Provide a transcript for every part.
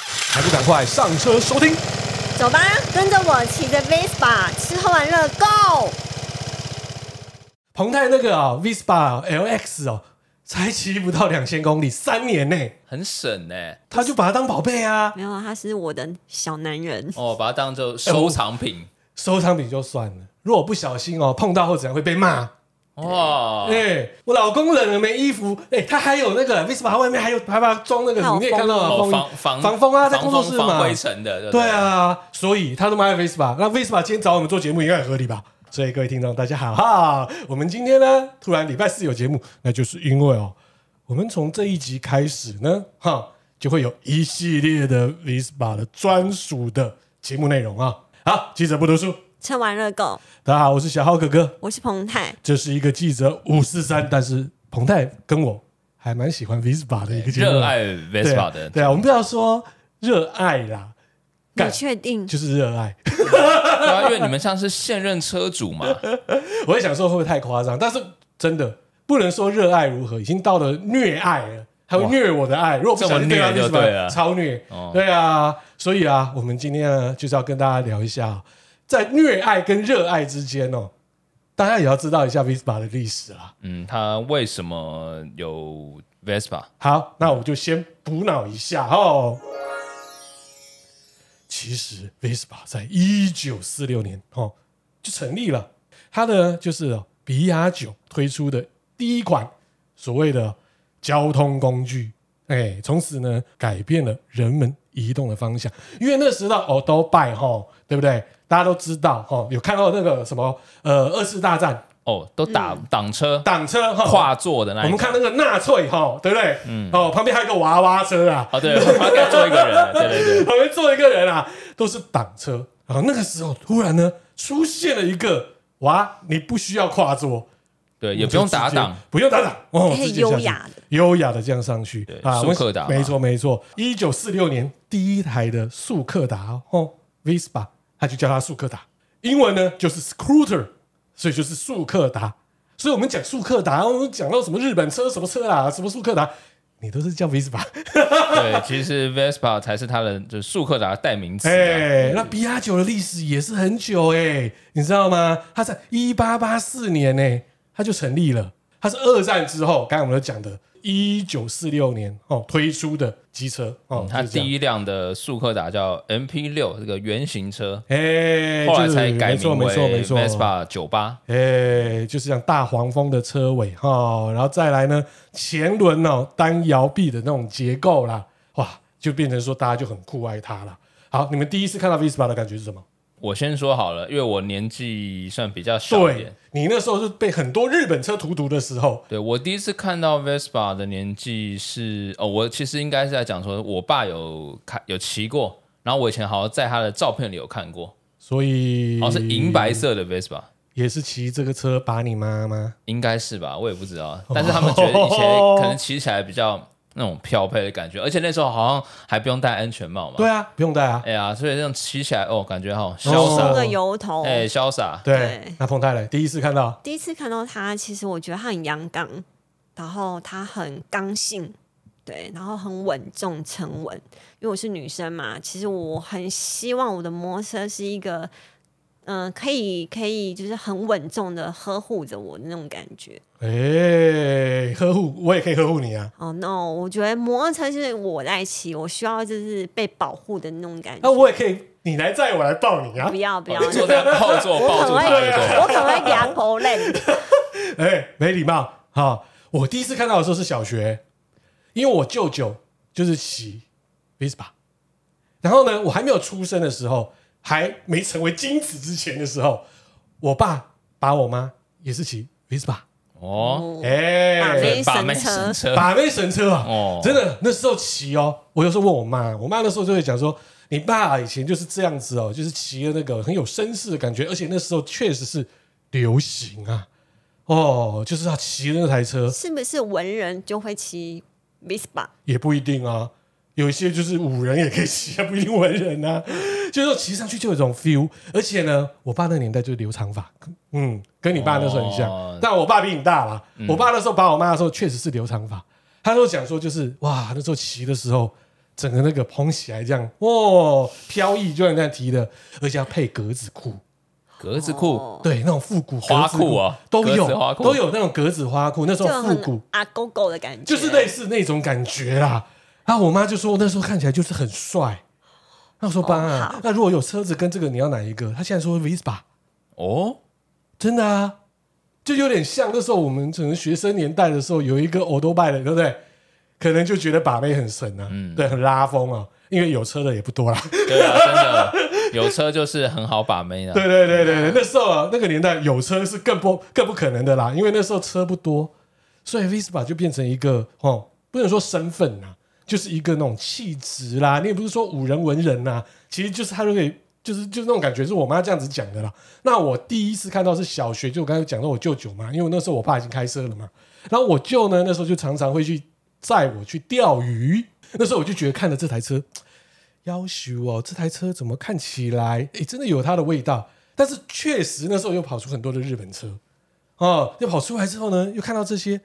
还不赶快上车收听？走吧，跟着我骑着 Vespa，吃喝玩乐 Go！彭泰那个啊、Vespa LX 哦，才骑不到两千公里，三年内、很省欸呢、他就把它当宝贝啊，没有，他是我的小男人。哦，把它当哎做收藏品。收藏品就算了。如果不小心哦碰到或怎样会被骂，哇哎、，我老公冷了没衣服，哎、他还有那个 Vespa 外面还有还把它装那个还有，你也看到哦啊，防防防防风啊，在防工作风室防嘛，灰尘的，对不对，啊，所以他都买了 Vespa，那 Vespa 今天找我们做节目应该很合理吧？所以各位听众大家好哈，啊我们今天呢突然礼拜四有节目，那就是因为哦，我们从这一集开始呢，哈，就会有一系列的 Vespa 的专属的节目内容啊。好，记者不读书，吃玩乐 Go，大家好，我是小浩哥哥，我是彭泰。这是一个记者五四三，但是彭泰跟我还蛮喜欢 Vespa 的一个节目啊，热爱对 Vespa 啊的，对啊，我们不要说热爱啦，你干确定？就是热爱。对啊，因为你们像是现任车主嘛，我也想说会不会太夸张，但是真的不能说热爱如何，已经到了虐爱了，还会虐我的爱。如果不小心对他这么虐就什么对了超虐，哦对啊，所以啊，我们今天呢就是要跟大家聊一下，哦在虐爱跟热爱之间哦，大家也要知道一下 Vespa 的历史啦。嗯，他为什么有 Vespa？好，那我们就先补脑一下哦。其实 Vespa 在一九四六年哦就成立了，它的就是哦比亚九推出的第一款所谓的交通工具，哎，从此呢改变了人们移动的方向，因为那时候哦都拜哈，对不对？大家都知道哦，有看到那个什么呃二次大战哦，都打挡车嗯挡车哈，跨座的那我一们种。看那个纳粹哈，对不对？嗯，哦，旁边还有个娃娃车啊，哦，对，他该做一个 人了，对对对，旁边坐一个人啊，都是挡车。然后那个时候突然呢，出现了一个哇，你不需要跨座，对，也不用打你档就直接，不用打挡，哦，可以直接下去哎优雅的优雅的这样上去对啊，速我克达嘛没错没错，一九四六年第一台的速克达哦，Vespa，他就叫它速克达，英文呢就是 scooter，所以就是速克达。所以我们讲速克达，我们讲到什么日本车什么车啦，什么速克达，你都是叫 Vespa。对，其实 Vespa 才是他的就是速克达的代名词啊。哎、那比亚九的历史也是很久哎、你知道吗？它在一八八四年呢、它就成立了。它是二战之后，刚才我们都讲的，一九四六年哦推出的机车哦，嗯他就是这样第一辆的速克达叫 MP 六，这个圆形车，哎，后来就是才改没错名没错没为错 Vespa 九八。哎，就是像大黄蜂的车尾哈、然后再来呢，前轮哦单摇臂的那种结构啦，哇，就变成说大家就很酷爱它了。好，你们第一次看到 Vespa 的感觉是什么？我先说好了，因为我年纪算比较小一对点。你那时候是被很多日本车荼毒的时候，对我第一次看到 Vespa 的年纪是哦，我其实应该是在讲说，我爸有开有骑过，然后我以前好像在他的照片里有看过，所以好像哦是银白色的 Vespa，也是骑这个车把你妈妈应该是吧，我也不知道。哦但是他们觉得以前可能骑起来比较那种飘配的感觉，而且那时候好像还不用戴安全帽嘛。对啊，不用带啊，哎呀，所以这种骑起来哦，感觉好潇梳洒，个油哦头。哎，潇洒。对对，那彭太嘞，第一次看到第一次看到他，其实我觉得他很阳刚，然后他很刚性，对，然后很稳重沉稳。因为我是女生嘛，其实我很希望我的摩托车是一个，嗯、可以可以就是很稳重的呵护着我的那种感觉。哎、呵护我也可以呵护你啊，哦、no！我觉得摩托车是我在骑，我需要就是被保护的那种感觉。那啊我也可以你来载我来抱你啊不，要不要，哦坐在后座我抱可住能会他，对不对？我可能会两口泪。哎、没礼貌哈、我第一次看到的时候是小学，因为我舅舅就是骑 Vespa，然后呢，我还没有出生的时候，还没成为精子之前的时候，我爸把我妈也是骑 Vespa，哦，哎、把妹对把妹神车神车，把妹神车啊！哦真的那时候骑哦，我有时候问我妈，我妈那时候就会讲说，你爸啊以前就是这样子哦，就是骑的那个很有绅士的感觉，而且那时候确实是流行啊，哦，就是他骑的那台车是不是文人就会骑 Vespa？也不一定啊，有一些就是武人也可以骑 啊，不一定文人啊，就是说骑上去就有一种 feel，而且呢，我爸那个年代就是留长发，嗯，跟你爸那时候很像，哦嗯但我爸比你大啦，我爸那时候把我妈的时候确实是留长发，他都讲说就是哇，那时候骑的时候整个那个蓬起来这样，哦，飘逸，就像刚才提的，而且要配格子裤，格子裤，哦，对，那种复古花格子裤啊都格子有花，裤都有那种格子花裤，那时就候复很古，啊勾勾的感觉，就是类似那种感觉啦。啊，我妈就说我那时候看起来就是很帅。那我说爸、哦啊好，那如果有车子跟这个你要哪一个？她现在说 Vespa，哦，真的啊，就有点像那时候我们可能学生年代的时候，有一个 o l d b i 的，对不对？可能就觉得把妹很神啊，嗯对，很拉风啊，因为有车的也不多啦。对啊，真的 有车就是很好把妹啊的，对对对对对，那时候啊，那个年代有车是更不更不可能的啦，因为那时候车不多，所以 Vespa 就变成一个哦，不能说身份呐、就是一个那种气质啦。你也不是说五人文人呐、其实就是他就可以，就是就是那种感觉，是我妈这样子讲的啦。那我第一次看到是小学，就我刚才讲到我舅舅嘛，因为那时候我爸已经开车了嘛，然后我舅呢那时候就常常会去载我去钓鱼，那时候我就觉得看了这台车。要求哦，这台车怎么看起来，诶，真的有它的味道。但是确实那时候又跑出很多的日本车，哦，又跑出来之后呢，又看到这些，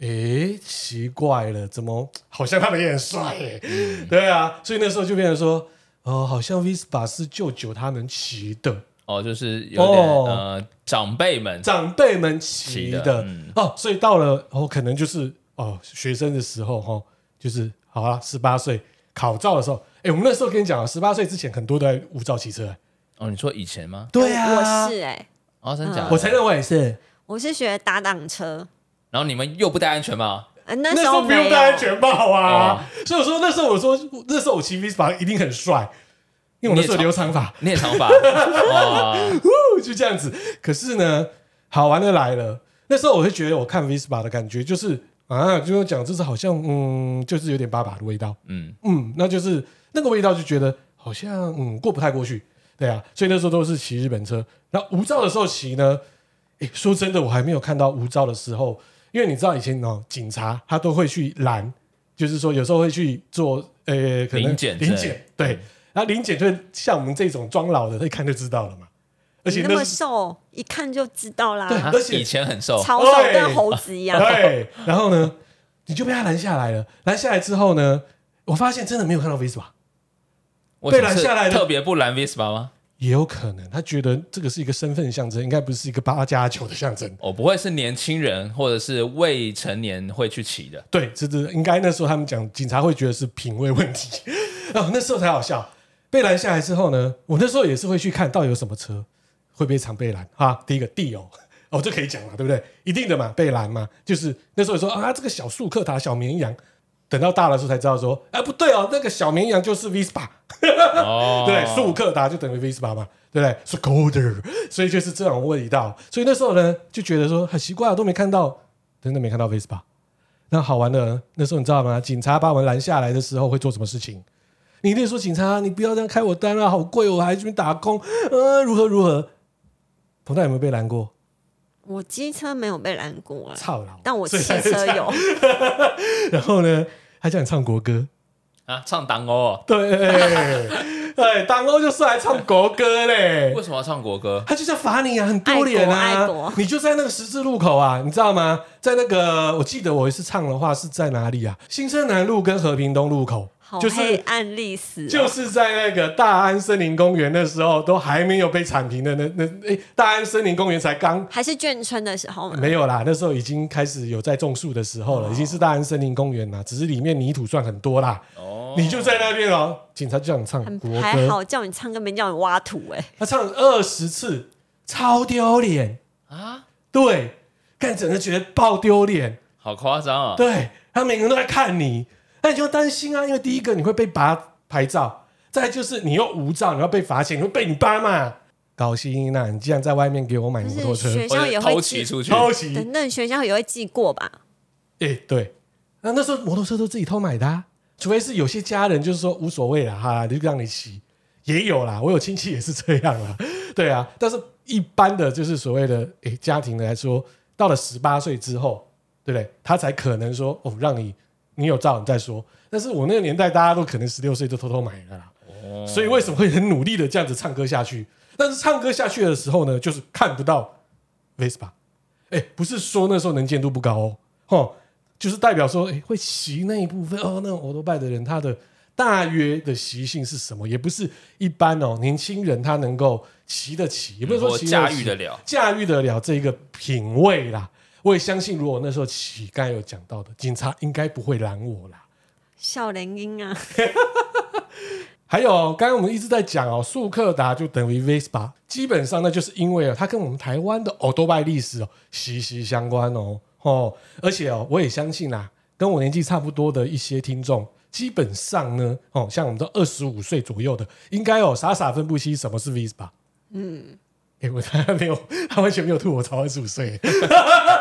诶，奇怪了，怎么好像他们也很帅耶？ 对啊，所以那时候就变成说，哦，好像 Vespa 是舅舅他们骑的，哦，就是有点哦呃长辈们，长辈们骑骑的的嗯哦，所以到了哦，可能就是哦学生的时候哈、哦，就是好啦，十八岁考照的时候，诶，我们那时候跟你讲啊，十八岁之前很多都在无照骑车，啊哦，你说以前吗？对啊，我是哎、哦，真假的？我承认我也是。我是学打挡车，然后你们又不戴安全帽，呃、那那时时候候不用没戴有哦安全帽啊。所以我说那时候我说那时候我骑 Vespa 一定很帅，因为我那时候留长发，你也 长发哇，啊呜 就这样子。可是呢，好玩的来了，那时候我会觉得我看 Vespa 的感觉就是啊，就是讲就是好像嗯，就是有点爸爸的味道，嗯，嗯，那就是那个味道就觉得好像嗯过不太过去，对啊，所以那时候都是骑日本车。那无照的时候骑呢，诶，说真的，我还没有看到无照的时候，因为你知道以前哦，警察他都会去拦，就是说有时候会去做呃可能临检之类临检对，然后临检就会像我们这种装老的，一看就知道了嘛，而且你那么瘦，一看就知道啦，对啊而且以前很瘦，草手跟猴子 一样。对，然后呢，你就被他拦下来了，拦下来之后呢，我发现真的没有看到 Vespa。为什被么拦是下来的特别不拦 Vespa 吗？也有可能，他觉得这个是一个身份象征，应该不是一个八加九的象征。哦，不会是年轻人或者是未成年会去骑 的，对，这这应该那时候他们讲，警察会觉得是品味问题。 哦，那时候才好笑。被拦下来之后呢，我那时候也是会去看到底有什么车会不会常被拦哈。第一个地友，哦，这可以讲嘛，对不对？一定的嘛，被拦嘛，就是那时候说啊，这个小树克塔、小绵羊，等到大的时候才知道说，哎、不对哦，那个小绵羊就是 Vespa。哦，对，速克达就等于 Vespa 嘛，对不对？是 Golder，所 以就是这种味道。所以那时候呢，就觉得说很奇怪，都没看到，真的没看到 Vespa。那好玩的，那时候你知道吗？警察把我们拦下来的时候会做什么事情？你一定说警察，你不要这样开我单啊，好贵，我还去打工，呃，如何如何？彭大有没有被拦过？我机车没有被拦过、啊，操劳！但我所汽以才车这样。 有。然后呢，还叫你唱国歌，啊，唱党哦，对， 哎，当欧就是来唱国歌嘞。为什么要唱国歌？他就是要罚你啊，很丢脸爱国爱啊国！你就在那个十字路口啊，你知道吗？在那个，我记得我一次唱的话是在哪里啊？新生南路跟和平东路口好，就黑是暗历史、哦，就是在那个大安森林公园那时候都还没有被铲平的那那诶，大安森林公园才刚还是眷村的时候嘛。没有啦，那时候已经开始有在种树的时哦候了，已经是大安森林公园啦，只是里面泥土算很多啦。哦，你就在那边哦，警察就叫你唱国歌，还好叫你唱歌没叫你挖土哎、他唱二十次，超丢脸。啊，对，干整个觉得爆丢脸。好夸张啊！对，他每个人都在看你，那你就担心啊，因为第一个你会被拔牌照，再来就是你又无照，你要被罚钱，你会被你爸骂。高兴呐、你竟然在外面给我买摩就托是车，学或校者也会偷记骑，出去，超级等等学校也会记过吧？哎、对，那那时候摩托车都自己偷买的、啊，除非是有些家人就是说无所谓啦，哈，就让你骑，也有啦，我有亲戚也是这样啦， 对啊，但是一般的就是所谓的哎、家庭的来说，到了十八岁之后，对不对？他才可能说哦，让你你有照你再说。但是我那个年代，大家都可能十六岁就偷偷买了啦，哦所以为什么会很努力的这样子唱歌下去？但是唱歌下去的时候呢，就是看不到 Vespa，哎、不是说那时候能见度不高哦，吼，就是代表说，哎、会骑那一部分哦，那种欧多拜的人，他的大约的习性是什么，也不是一般哦年轻人他能够骑得起，也不是说或骑得驾起驭得了驾驭得了这一个品味啦。我也相信，如果那时候乞丐有讲到的，警察应该不会拦我啦。笑人音 啊，还有，刚刚我们一直在讲哦，速克达就等于 Vespa，基本上呢，就是因为哦，它跟我们台湾的 o d o b i 历史哦息息相关哦哦，而且哦，我也相信啦、跟我年纪差不多的一些听众，基本上呢，哦，像我们都二十五岁左右的，应该哦傻傻分不清什么是 Vespa。嗯，哎、我 他没有，他完全没有吐我槽二十五岁，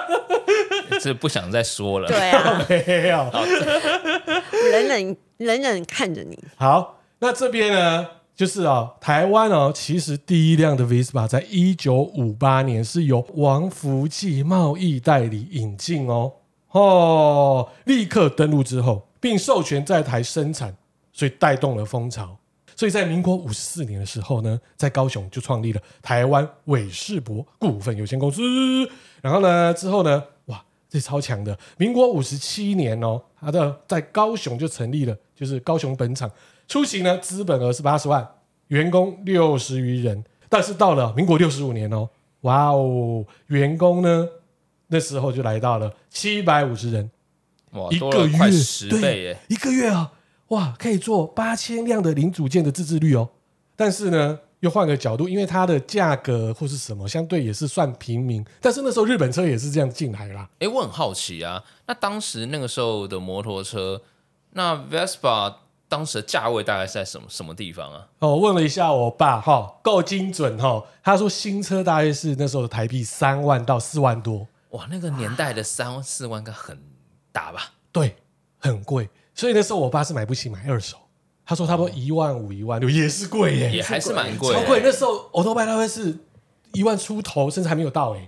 这不想再说了。对啊，没有。我冷冷冷冷看着你，好，那这边呢，就是哦，台湾哦，其实第一辆的 Vespa 在一九五八年是由王福记贸易代理引进哦，哦，立刻登陆之后，并授权在台生产，所以带动了风潮。所以在民国五十四年的时候呢，在高雄就创立了台湾伟士博股份有限公司。然后呢，之后呢，哇，这超强的！民国五十七年哦，它的在高雄就成立了，就是高雄本厂。出行呢，资本额是八十万，员工六十余人。但是到了民国六十五年哦，哇哦，员工呢那时候就来到了七百五十人，哇，一多个了月快十对倍耶！一个月啊，哇，可以做八千辆的零组件的自制率哦。但是呢，又换个角度，因为它的价格或是什么，相对也是算平民。但是那时候日本车也是这样进来啦，哎，我很好奇啊，那当时那个时候的摩托车，那 Vespa 当时的价位大概是在什么什么地方啊？哦，我问了一下我爸哈、够精准哈、他说新车大约是那时候的台币三万到四万多，哇，那个年代的三四万应该很大吧？对，很贵。所以那时候我爸是买不起买二手，他说差不多一万五、一万六也是贵耶，也还是蛮贵超的，贵。那时候欧多拜大概是一万出头，甚至还没有到哎、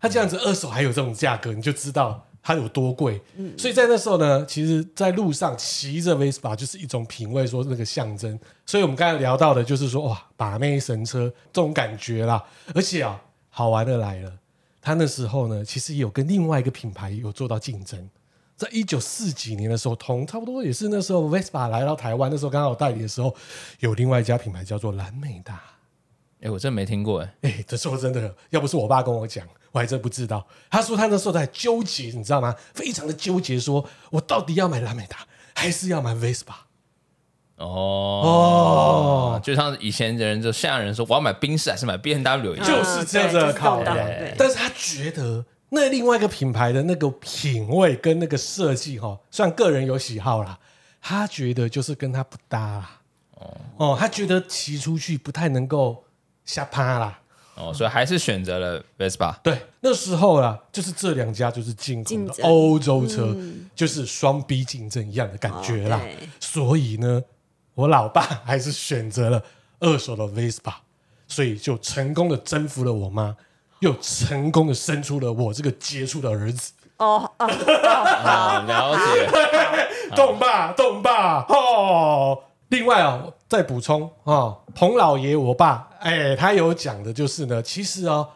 他这样子二手还有这种价格，你就知道它有多贵。所以在那时候呢，其实在路上骑着 Vespa 就是一种品味，说那个象征。所以我们刚才聊到的就是说，哇，把妹神车这种感觉啦。而且啊，好玩的来了，他那时候呢，其实也有跟另外一个品牌有做到竞争。在一九四几年的时候，同差不多也是那时候 Vespa 来到台湾，那时候刚好代理的时候，有另外一家品牌叫做蓝美达。哎，我真没听过哎。哎、这说真的，要不是我爸跟我讲，我还真不知道。他说他那时候在纠结，你知道吗？非常的纠结说，我到底要买蓝美达还是要买 Vespa？哦就像以前的人就现在人说我要买宾士还是买 B N W 一样，就是这样子的考量。嗯对就是这种的对但是他觉得那另外一个品牌的那个品味跟那个设计哈，虽然个人有喜好啦，他觉得就是跟他不搭啦。哦，他觉得骑出去不太能够下趴啦。哦，所以还是选择了 Vespa。对，那时候啦，就是这两家就是进口竞的争嗯欧洲车，就是双逼竞争一样的感觉啦。哦对所以呢，我老爸还是选择了二手的 Vespa，所以就成功的征服了我妈，又成功的生出了我这个杰出的儿子。哦哦，哦，了解。 动吧，动吧，哦。另外哦，再补充哦，彭老爷我爸，哎，他有讲的就是呢，其实哦，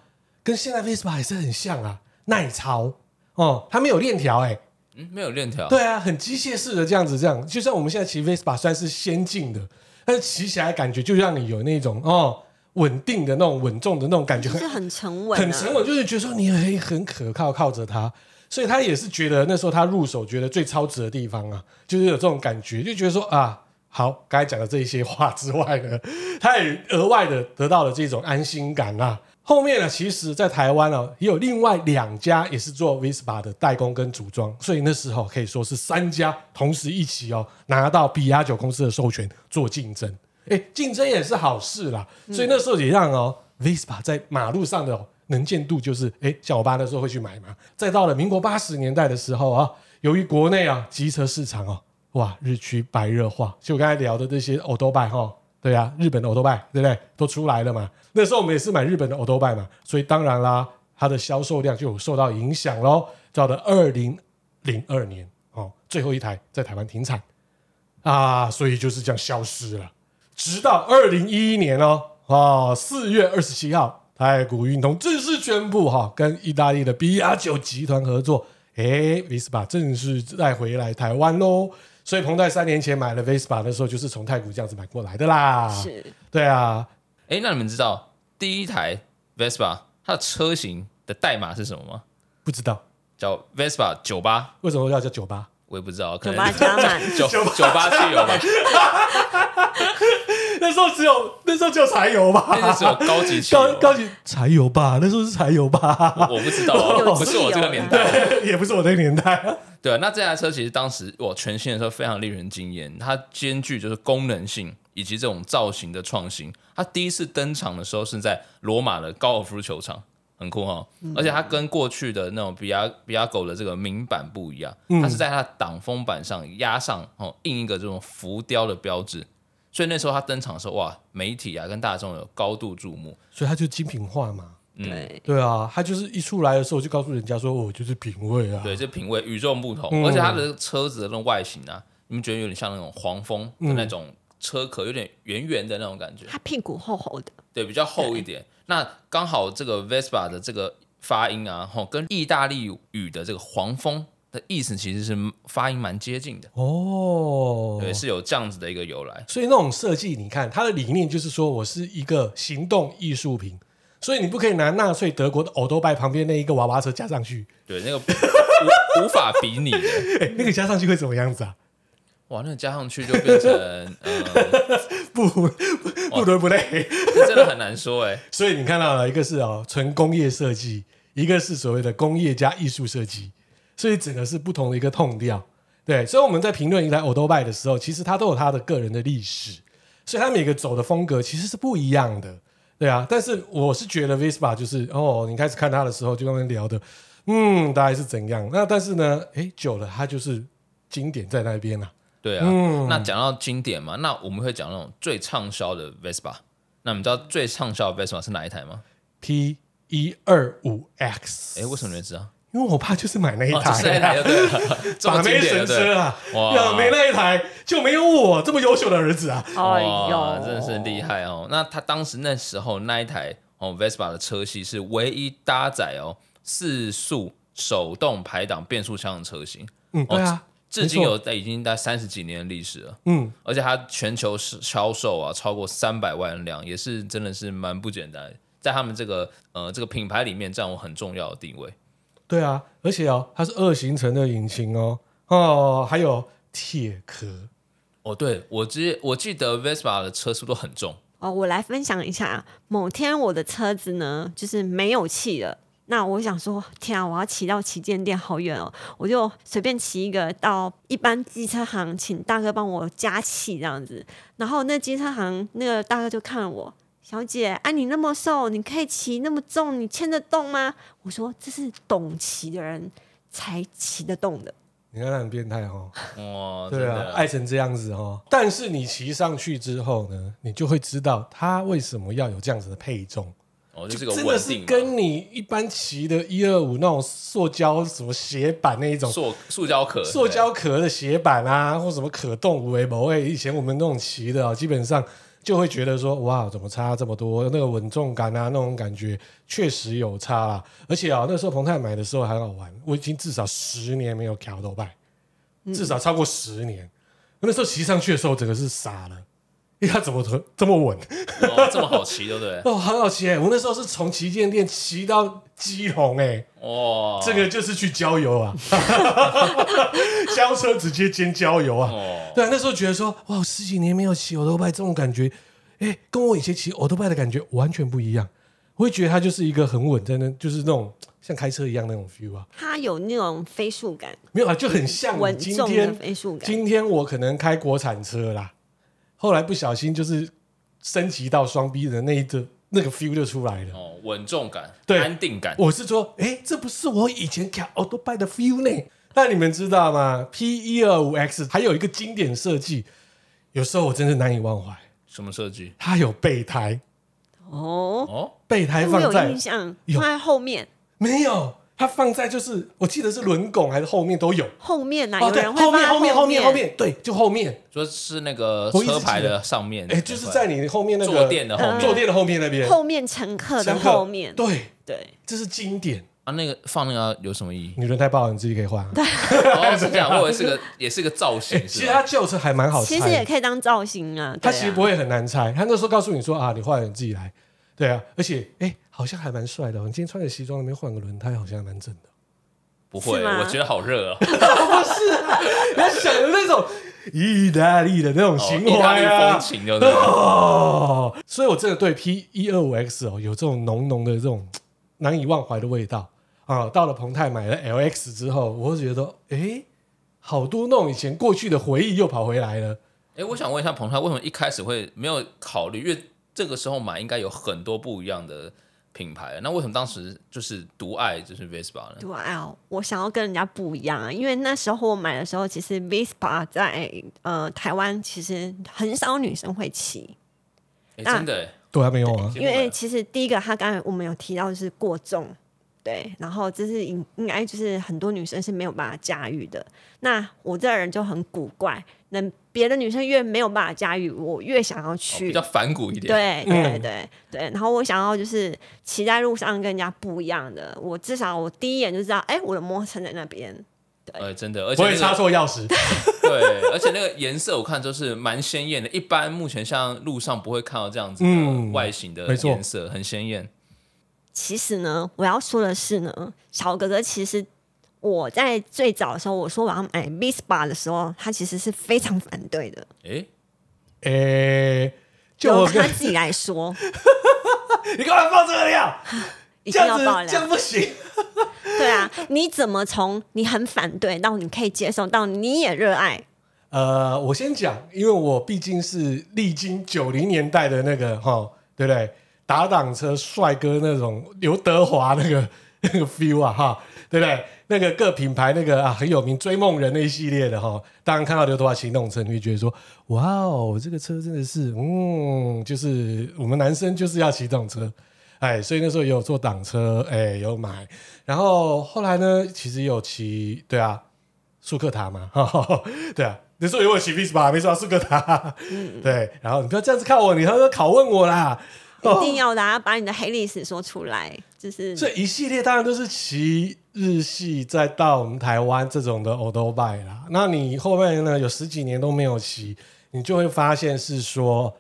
跟现在 Vespa 还是很像啊，耐操哦，它没有链条，哎，嗯，没有链条。对啊，很机械式的这样子，这样，就像我们现在骑 Vespa 虽然是先进的，但是骑起来感觉就让你有那种哦稳定的那种稳重的那种感觉，就是很很沉稳、啊，很沉稳，就是觉得说你很很可靠，靠着它。所以他也是觉得那时候他入手觉得最超值的地方啊，就是有这种感觉，就觉得说啊，好，刚才讲的这一些话之外呢，他也额外的得到了这种安心感啊。后面呢，其实，在台湾啊，也有另外两家也是做 Vespa 的代工跟组装，所以那时候可以说是三家同时一起哦，拿到比亚九公司的授权做竞争。哎，竞争也是好事啦，所以那时候也让哦 Vespa 在马路上的、哦、能见度就是，哎，像我爸那时候会去买嘛。再到了民国八十年代的时候啊，由于国内啊机车市场哦，哇，日趋白热化，就我刚才聊的这些 o d o b i 哈，对啊，日本的 o d o b i 对不对？都出来了嘛。那时候我们也是买日本的 o d o b i 嘛，所以当然啦，它的销售量就有受到影响喽。到了二零零二年哦，最后一台在台湾停产啊，所以就是这样消失了。直到二零一一年哦，啊，四月二十七号，太古运通正式宣布哈、跟意大利的 B R 九集团合作，诶 v e s p a 正式再回来台湾喽。所以彭泰三年前买了 Vespa 的时候，就是从太古这样子买过来的啦。，是对啊，哎，那你们知道第一台 Vespa 它的车型的代码是什么吗？不知道叫 Vespa 九八，为什么要叫酒吧？我也不知道，可酒能吧加 满，九九八汽油吧，那时候只有那时候只有柴油 吧，那是有高级 汽高油，啊高级啊柴油吧，那时候是柴油 吧，我不知道，啊不是我这个年代。也不是我那个年代。对啊，那这台车其实当时我全新的时候非常令人惊艳，它兼具就是功能性以及这种造型的创新。它第一次登场的时候是在罗马的高尔夫球场，很酷哈、哦。而且它跟过去的那种比亚比亚狗的这个明版不一样，它是在它的挡风板上压上哦印一个这种浮雕的标志。所以那时候它登场的时候，哇，媒体啊跟大众有高度注目。所以它就精品化嘛。嗯对，对啊，它就是一出来的时候就告诉人家说，我就是品味啊。对，这品味与众不同，嗯而且它的车子的那种外形啊，你们觉得有点像那种黄蜂嗯的那种车壳，有点圆圆的那种感觉，他屁股厚厚的，对，比较厚一点。那刚好这个 Vespa 的这个发音啊，吼，跟意大利语的这个黄蜂的意思其实是发音蛮接近的，哦，对，是有这样子的一个由来。所以那种设计，你看它的理念就是说我是一个行动艺术品，所以你不可以拿纳粹德国的 o l d b i 旁边那一个娃娃车加上去， 对，那个无无法比拟的，哎、那个加上去会怎么样子啊？哇，那个加上去就变成，呃，不不哦不伦不类。这真的很难说哎、所以你看到了一个是哦纯工业设计，一个是所谓的工业加艺术设计，所以整个是不同的一个痛调。对，所以我们在评论一台 o l d b i 的时候，其实它都有它的个人的历史，所以它每个走的风格其实是不一样的。对啊，但是我是觉得 Vespa 就是哦，你开始看它的时候就跟人聊的，嗯，大概是怎样。那但是呢，诶，久了它就是经典在那边啊。对啊，那讲到经典嘛，那我们会讲那种最畅销的 Vespa。那你们知道最畅销的 Vespa 是哪一台吗？ P 一二五 X，哎，为什么你们知道？因为我爸就是买那一哦，就是那台一啊、台就对了，这 么把经妹典神的对车了。啊！哇要没那一台，就没有我这么优秀的儿子啊！哎哇呦，真的是很厉害哦。那他当时那时候那一台哦 Vespa 的车系是唯一搭载哦四速手动排档变速箱的车型，嗯，对啊，至今没有在已经在三十几年的历史了。嗯，而且它全球是销售啊超过三百万辆，也是真的是蛮不简单的，在他们这个呃这个品牌里面占有很重要的地位。对啊，而且哦，它是二行程的引擎哦，哦，还有铁壳，哦，对我记我记得 Vespa 的车速都很重，哦，我来分享一下，啊某天我的车子呢，就是没有气了。那我想说，天啊，我要骑到旗舰店好远哦，我就随便骑一个到一般机车行，请大哥帮我加气这样子。然后那机车行那个大哥就看我，小姐，啊，你那么瘦，你可以骑那么重，你牵得动吗？我说这是懂骑的人才骑得动的。你看它很变态 哦，哦，真对啊的，，爱成这样子哦。但是你骑上去之后呢，你就会知道它为什么要有这样子的配重，哦，就是个哎真稳的是定嘛，跟你一般骑的一二五那种塑胶什么斜板那一种塑塑胶壳，塑胶壳的鞋板啊，或什么可动无为某位，以前我们那种骑的啊，基本上就会觉得说，哇，怎么差这么多？那个稳重感啊，那种感觉确实有差啦。而且啊，那时候彭泰买的时候还很好玩，我已经至少十年没有调头拜，至少超过十年。那时候骑上去的时候，整个是傻了， 因为它怎么这这么稳？对哦，这么好骑，对 不对？哦，很好骑哎、我那时候是从旗舰店骑到基隆哎、哦，这个就是去郊游啊， 交车直接兼郊游啊。哦，对啊，那时候觉得说，哇，我十几年没有骑欧多拜，这种感觉，哎，跟我以前骑欧多拜的感觉完全不一样。我会觉得它就是一个很稳在那，就是那种像开车一样那种 feel 啊，它有那种飞速感，没有啊，就很像你稳今重的天飞速感。今天我可能开国产车啦，后来不小心就是升级到双 B 的那一个那个 feel 就出来了。哦，稳重感，对安定感，我是说，哎，这不是我以前开 o l d b i 的 feel 呢。那你们知道吗？P 一二五 X 还有一个经典设计，有时候我真是难以忘怀。什么设计？它有备胎，哦，哦，备胎我放有在印象，有放在后面，没有？它放在就是我记得是轮拱还是后面都有。后面哪哦，啊有对，人会后面放在后面后后面后，面，对，就后面，说是那个我一直车牌记得的上面那哎，块，就是在你后面那个嗯坐垫的后面坐垫的后面那边，后面乘客的乘客后面，对，对，这是经典。啊，那个放那个有什么意义？你人太不好，你自己可以换啊。哦，是这样，我以为是个也是个造型，哎其是实吧它旧车还蛮好其实也拆的，可以当造型啊。它对其实啊不会很难拆。他那时候告诉你说啊，你换了你自己来，对啊，而且哎、好像还蛮帅的哦。你今天穿个西装，那边换个轮胎，好像还蛮正 的。不会，是吗我觉得好热哦，你要想的那种意大利的那种情哦意大怀利啊风，情，就是哦，所以我真的对 P 一二五 X 哦，有这种浓浓的这种嘖难以忘怀的味道啊。到了彭泰买了 LX 之后，我会觉得哎、诶好多那种以前过去的回忆又跑回来了。哎，我想问一下彭泰，为什么一开始会没有考虑？因为这个时候买应该有很多不一样的品牌，那为什么当时就是独爱就是 Vespa 呢？对啊，我想要跟人家不一样啊，因为那时候我买的时候，其实 Vespa 在呃台湾其实很少女生会骑，哎，那真的诶，对啊，没有啊，结因果呢为其实第一个它刚才我们有提到就是过重，对，然后这是应应该就是很多女生是没有办法驾驭的。那我这人就很古怪，那别的女生越没有办法驾驭，我越想要哦去，比较反骨一点，对对嗯对对，然后我想要就是骑在路上跟人家不一样的，我至少我第一眼就知道，哎、我的摩托车在那边。呃，真的，而且不那会个插错钥匙。对，而且那个颜色我看都是蛮鲜艳的，一般目前像路上不会看到这样子的嗯呃外形的没错颜色，很鲜艳。其实呢，我要说的是呢，小哥哥其实我在最早的时候，我说我要买 Vespa 的时候，他其实是非常反对的，哎，哎、就由我他跟自己 来说，你干嘛爆这个料？一这定样要子爆这样料。不行。对啊，你怎么从你很反对到你可以接受到你也热爱？呃，我先讲，因为我毕竟是历经九零年代的那个哈，对不对？打挡车帅哥那种刘德华那个 那个 feel 啊哈，对不对？那个各品牌那个啊很有名，追梦人那一系列的哈，当然看到刘德华骑那种车，你会觉得说，哇哦，这个车真的是，嗯，就是我们男生就是要骑这种车，哎，所以那时候也有做挡车，哎，有买，然后后来呢，其实也有骑，对啊，苏克塔嘛，哈哈哈 对啊，你说有我骑 Vespa 没说到啊苏克塔，对，然后你不要这样子看我，你他说拷问我啦，一定要的、啊，把你的黑历史说出来，就是这一系列当然都是骑日系，再到我们台湾这种的 o d o b i 啦。那你后面呢有十几年都没有骑，你就会发现是说，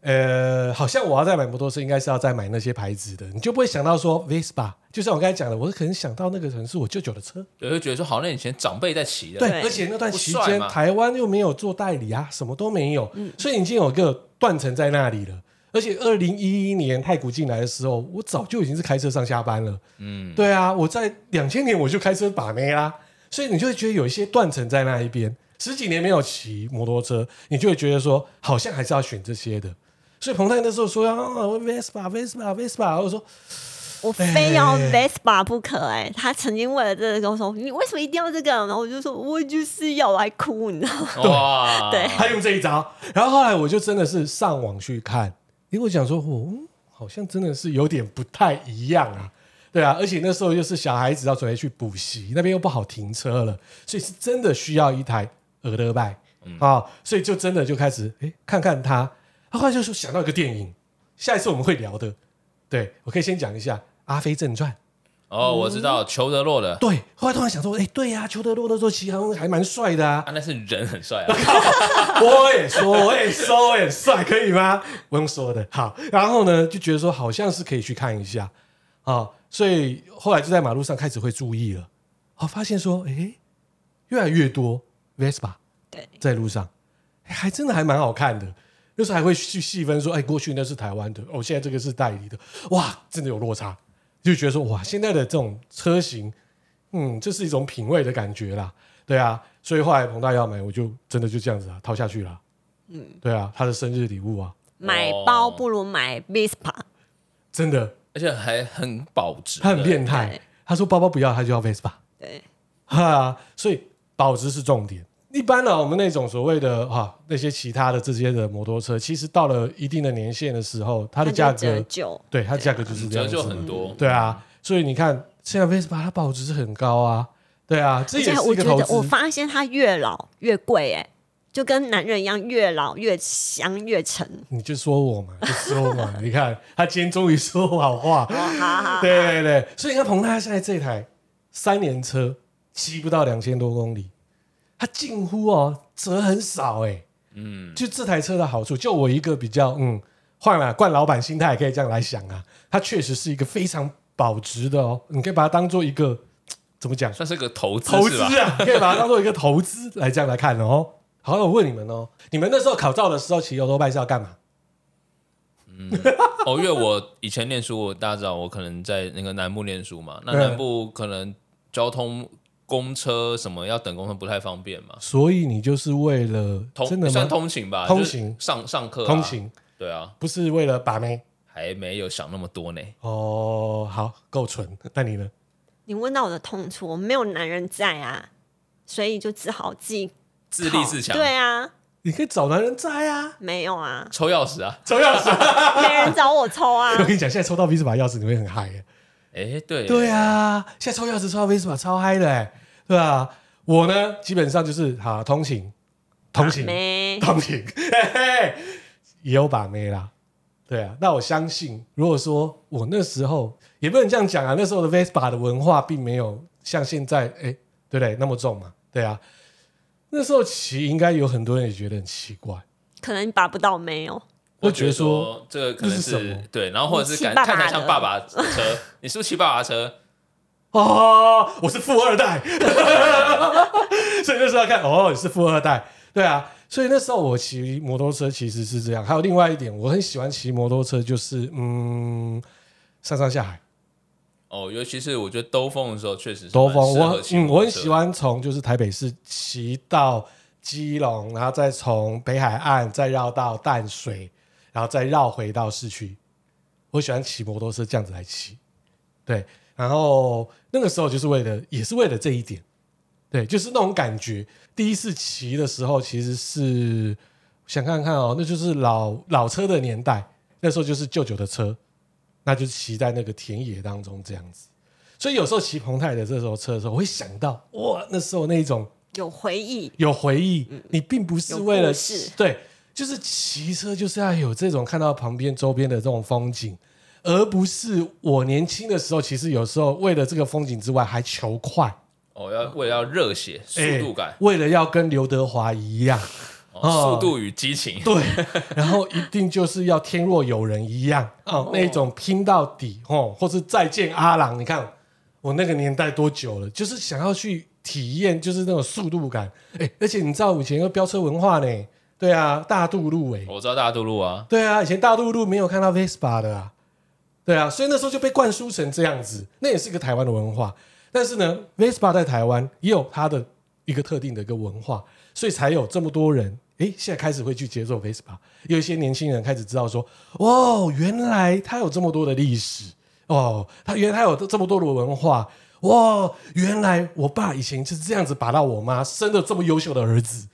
呃，好像我要再买摩托车，应该是要再买那些牌子的，你就不会想到说 Vespa。就像我刚才讲的，我可能想到那个可能是我舅舅的车，我会觉得说，好，那以前长辈在骑的，对，对而且那段期不帅间嘛台湾又没有做代理啊，什么都没有，所以已经有一个断层在那里了。而且二零一一年太古进来的时候，我早就已经是开车上下班了。嗯，对啊，我在两千年我就开车把妹啦，所以你就会觉得有一些断层在那一边。十几年没有骑摩托车，你就会觉得说，好像还是要选这些的。所以彭泰那时候说要、啊、Vespa Vespa Vespa，我说我哎非要 Vespa 不可哎、他曾经为了这个跟我说：“你为什么一定要这个？”然后我就说：“我就是要，我还哭，你知道吗哇，对他用这一招。然后后来我就真的是上网去看，因为我想说，哦，嗯好像真的是有点不太一样啊。对啊，而且那时候又是小孩子要准备去补习，那边又不好停车了，所以是真的需要一台俄德拜啊，所以就真的就开始哎看看他，他后来就说想到一个电影，下一次我们会聊的，对我可以先讲一下《阿飞正传》。哦，我知道，裘德洛的，对，后来突然想说，哎，对呀、裘德洛那时候其实好像还蛮帅的啊啊，，那是人很帅啊，我也说，我也说，我也帅，可以吗？不用说的，好。然后呢，就觉得说好像是可以去看一下啊、所以后来就在马路上开始会注意了，哦，发现说，诶，越来越多 Vespa 对在路上，诶还真的还蛮好看的。有时候还会去细分说，哎，过去那是台湾的，哦，现在这个是代理的，哇，真的有落差，就觉得说，哇，现在的这种车型嗯，这是一种品味的感觉啦，对啊，所以后来彭大要买，我就真的就这样子啊，掏下去了，嗯，对啊，他的生日礼物啊，买包不如买 Vespa。真的而且还很保值，他很变态对，他说包包不要，他就要 Vespa， 对，哈、所以保值是重点。一般啊呢、我们那种所谓的哈、那些其他的这些的摩托车，其实到了一定的年限的时候，它它的就价折格，旧，对它的价格就是这折样子旧嘛，很多，对啊，所以你看现在 Vespa 它保值是很高啊，对啊，这而也且是我一个觉投得资我。发现它越老越贵哎、就跟男人一样，越老越香越沉。你就说我嘛，就说嘛，你看他今天终于说好话，哈哈，对对对，所以你看彭大现在这台三年车骑不到两千多公里，它近乎哦折很少哎、嗯，就这台车的好处，就我一个比较嗯，换了惯老板心态也可以这样来想啊，它确实是一个非常保值的哦，你可以把它当做一个怎么讲算是个投资投是资啊，吧？可以把它当做一个投资来这样来看哦。好，那我问你们哦，你们那时候考照的时候骑油头拜是要干嘛？哦，因为我以前念书，我大家知道我可能在那个南部念书嘛，那嗯南部可能交通公车什么要等公车不太方便嘛，所以你就是为了通真的算吗？通勤吧，通就是勤上上课、啊、通，勤对啊，不是为了把妹。还没有想那么多呢。哦，好，够纯。 那你呢？你问到我的痛处，我没有男人在啊，所以就只好自己自立靠自强，，对啊，你可以找男人摘啊，没有啊抽钥匙啊，抽钥匙。没人找我抽啊 我。跟你讲，现在抽到 Vespa 钥匙，你会很嗨耶。哎，对，对，啊，现在抽钥匙抽到 Vespa 超嗨的耶，对啊。我呢，基本上就是好通勤，通勤，没，通勤，嘿嘿，也有把妹啦。对啊，那我相信，如果说我那时候也不能这样讲啊，那时候的 Vespa 的文化并没有像现在，哎、对不对？那么重嘛，对啊。那时候骑，应该有很多人也觉得很奇怪。可能把不到没有。我觉觉得得说这个可能这是什么是对，然后或者是你骑感爸爸看起来像的爸爸的车，你是不是骑爸爸的车？哦，我是富二代， 所以那时候要看哦，你是富二代，对啊，所以那时候我骑摩托车其实是这样。还有另外一点，我很喜欢骑摩托车，就是嗯，上上下海哦，尤其是我觉得兜风的时候，确实是兜蛮风，适合我骑嗯摩我托很车喜欢从就是台北市骑到基隆，然后再从北海岸再绕到淡水，然后再绕回到市区。我喜欢骑摩托车这样子来骑，对。然后那个时候就是为了，也是为了这一点，对，就是那种感觉。第一次骑的时候，其实是想看看哦，那就是老老车的年代，那时候就是舅舅的车，那就是骑在那个田野当中这样子。所以有时候骑彭泰的这时候车的时候，我会想到哇，那时候那一种有回忆，有回忆，你并不是为有了故事对，就是骑车就是要有这种看到旁边周边的这种风景，而不是我年轻的时候，其实有时候为了这个风景之外还求快，哦，要为了要热血、速度感哎、为了要跟刘德华一样，哦哦速度与激情，对，然后一定就是要天若有人一样哦，那一种拼到底哦，或是再见阿郎。你看我那个年代多久了？就是想要去体验，就是那种速度感。哎，而且你知道以前有飙车文化呢，对啊，大渡路哎、我知道大渡路啊，对啊，以前大渡路没有看到 Vespa 的啊，对啊，所以那时候就被灌输成这样子，那也是一个台湾的文化。但是呢，Vespa 在台湾也有它的一个特定的一个文化，所以才有这么多人，诶，现在开始会去接受 Vespa，有一些年轻人开始知道说，哦，原来它有这么多的历史，哦，它原来它有这么多的文化。哇！原来我爸以前是这样子把到我妈，生了这么优秀的儿子，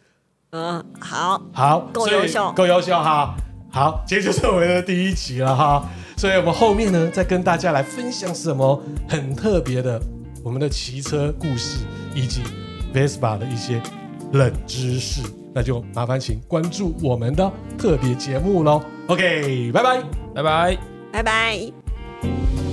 嗯，好，好，够所以优秀够优秀哈。好，今天就是我们的第一集了哈，所以我们后面呢再跟大家来分享什么很特别的我们的骑车故事，以及 Vespa 的一些冷知识。那就麻烦请关注我们的特别节目喽。OK，拜拜。拜拜。拜拜。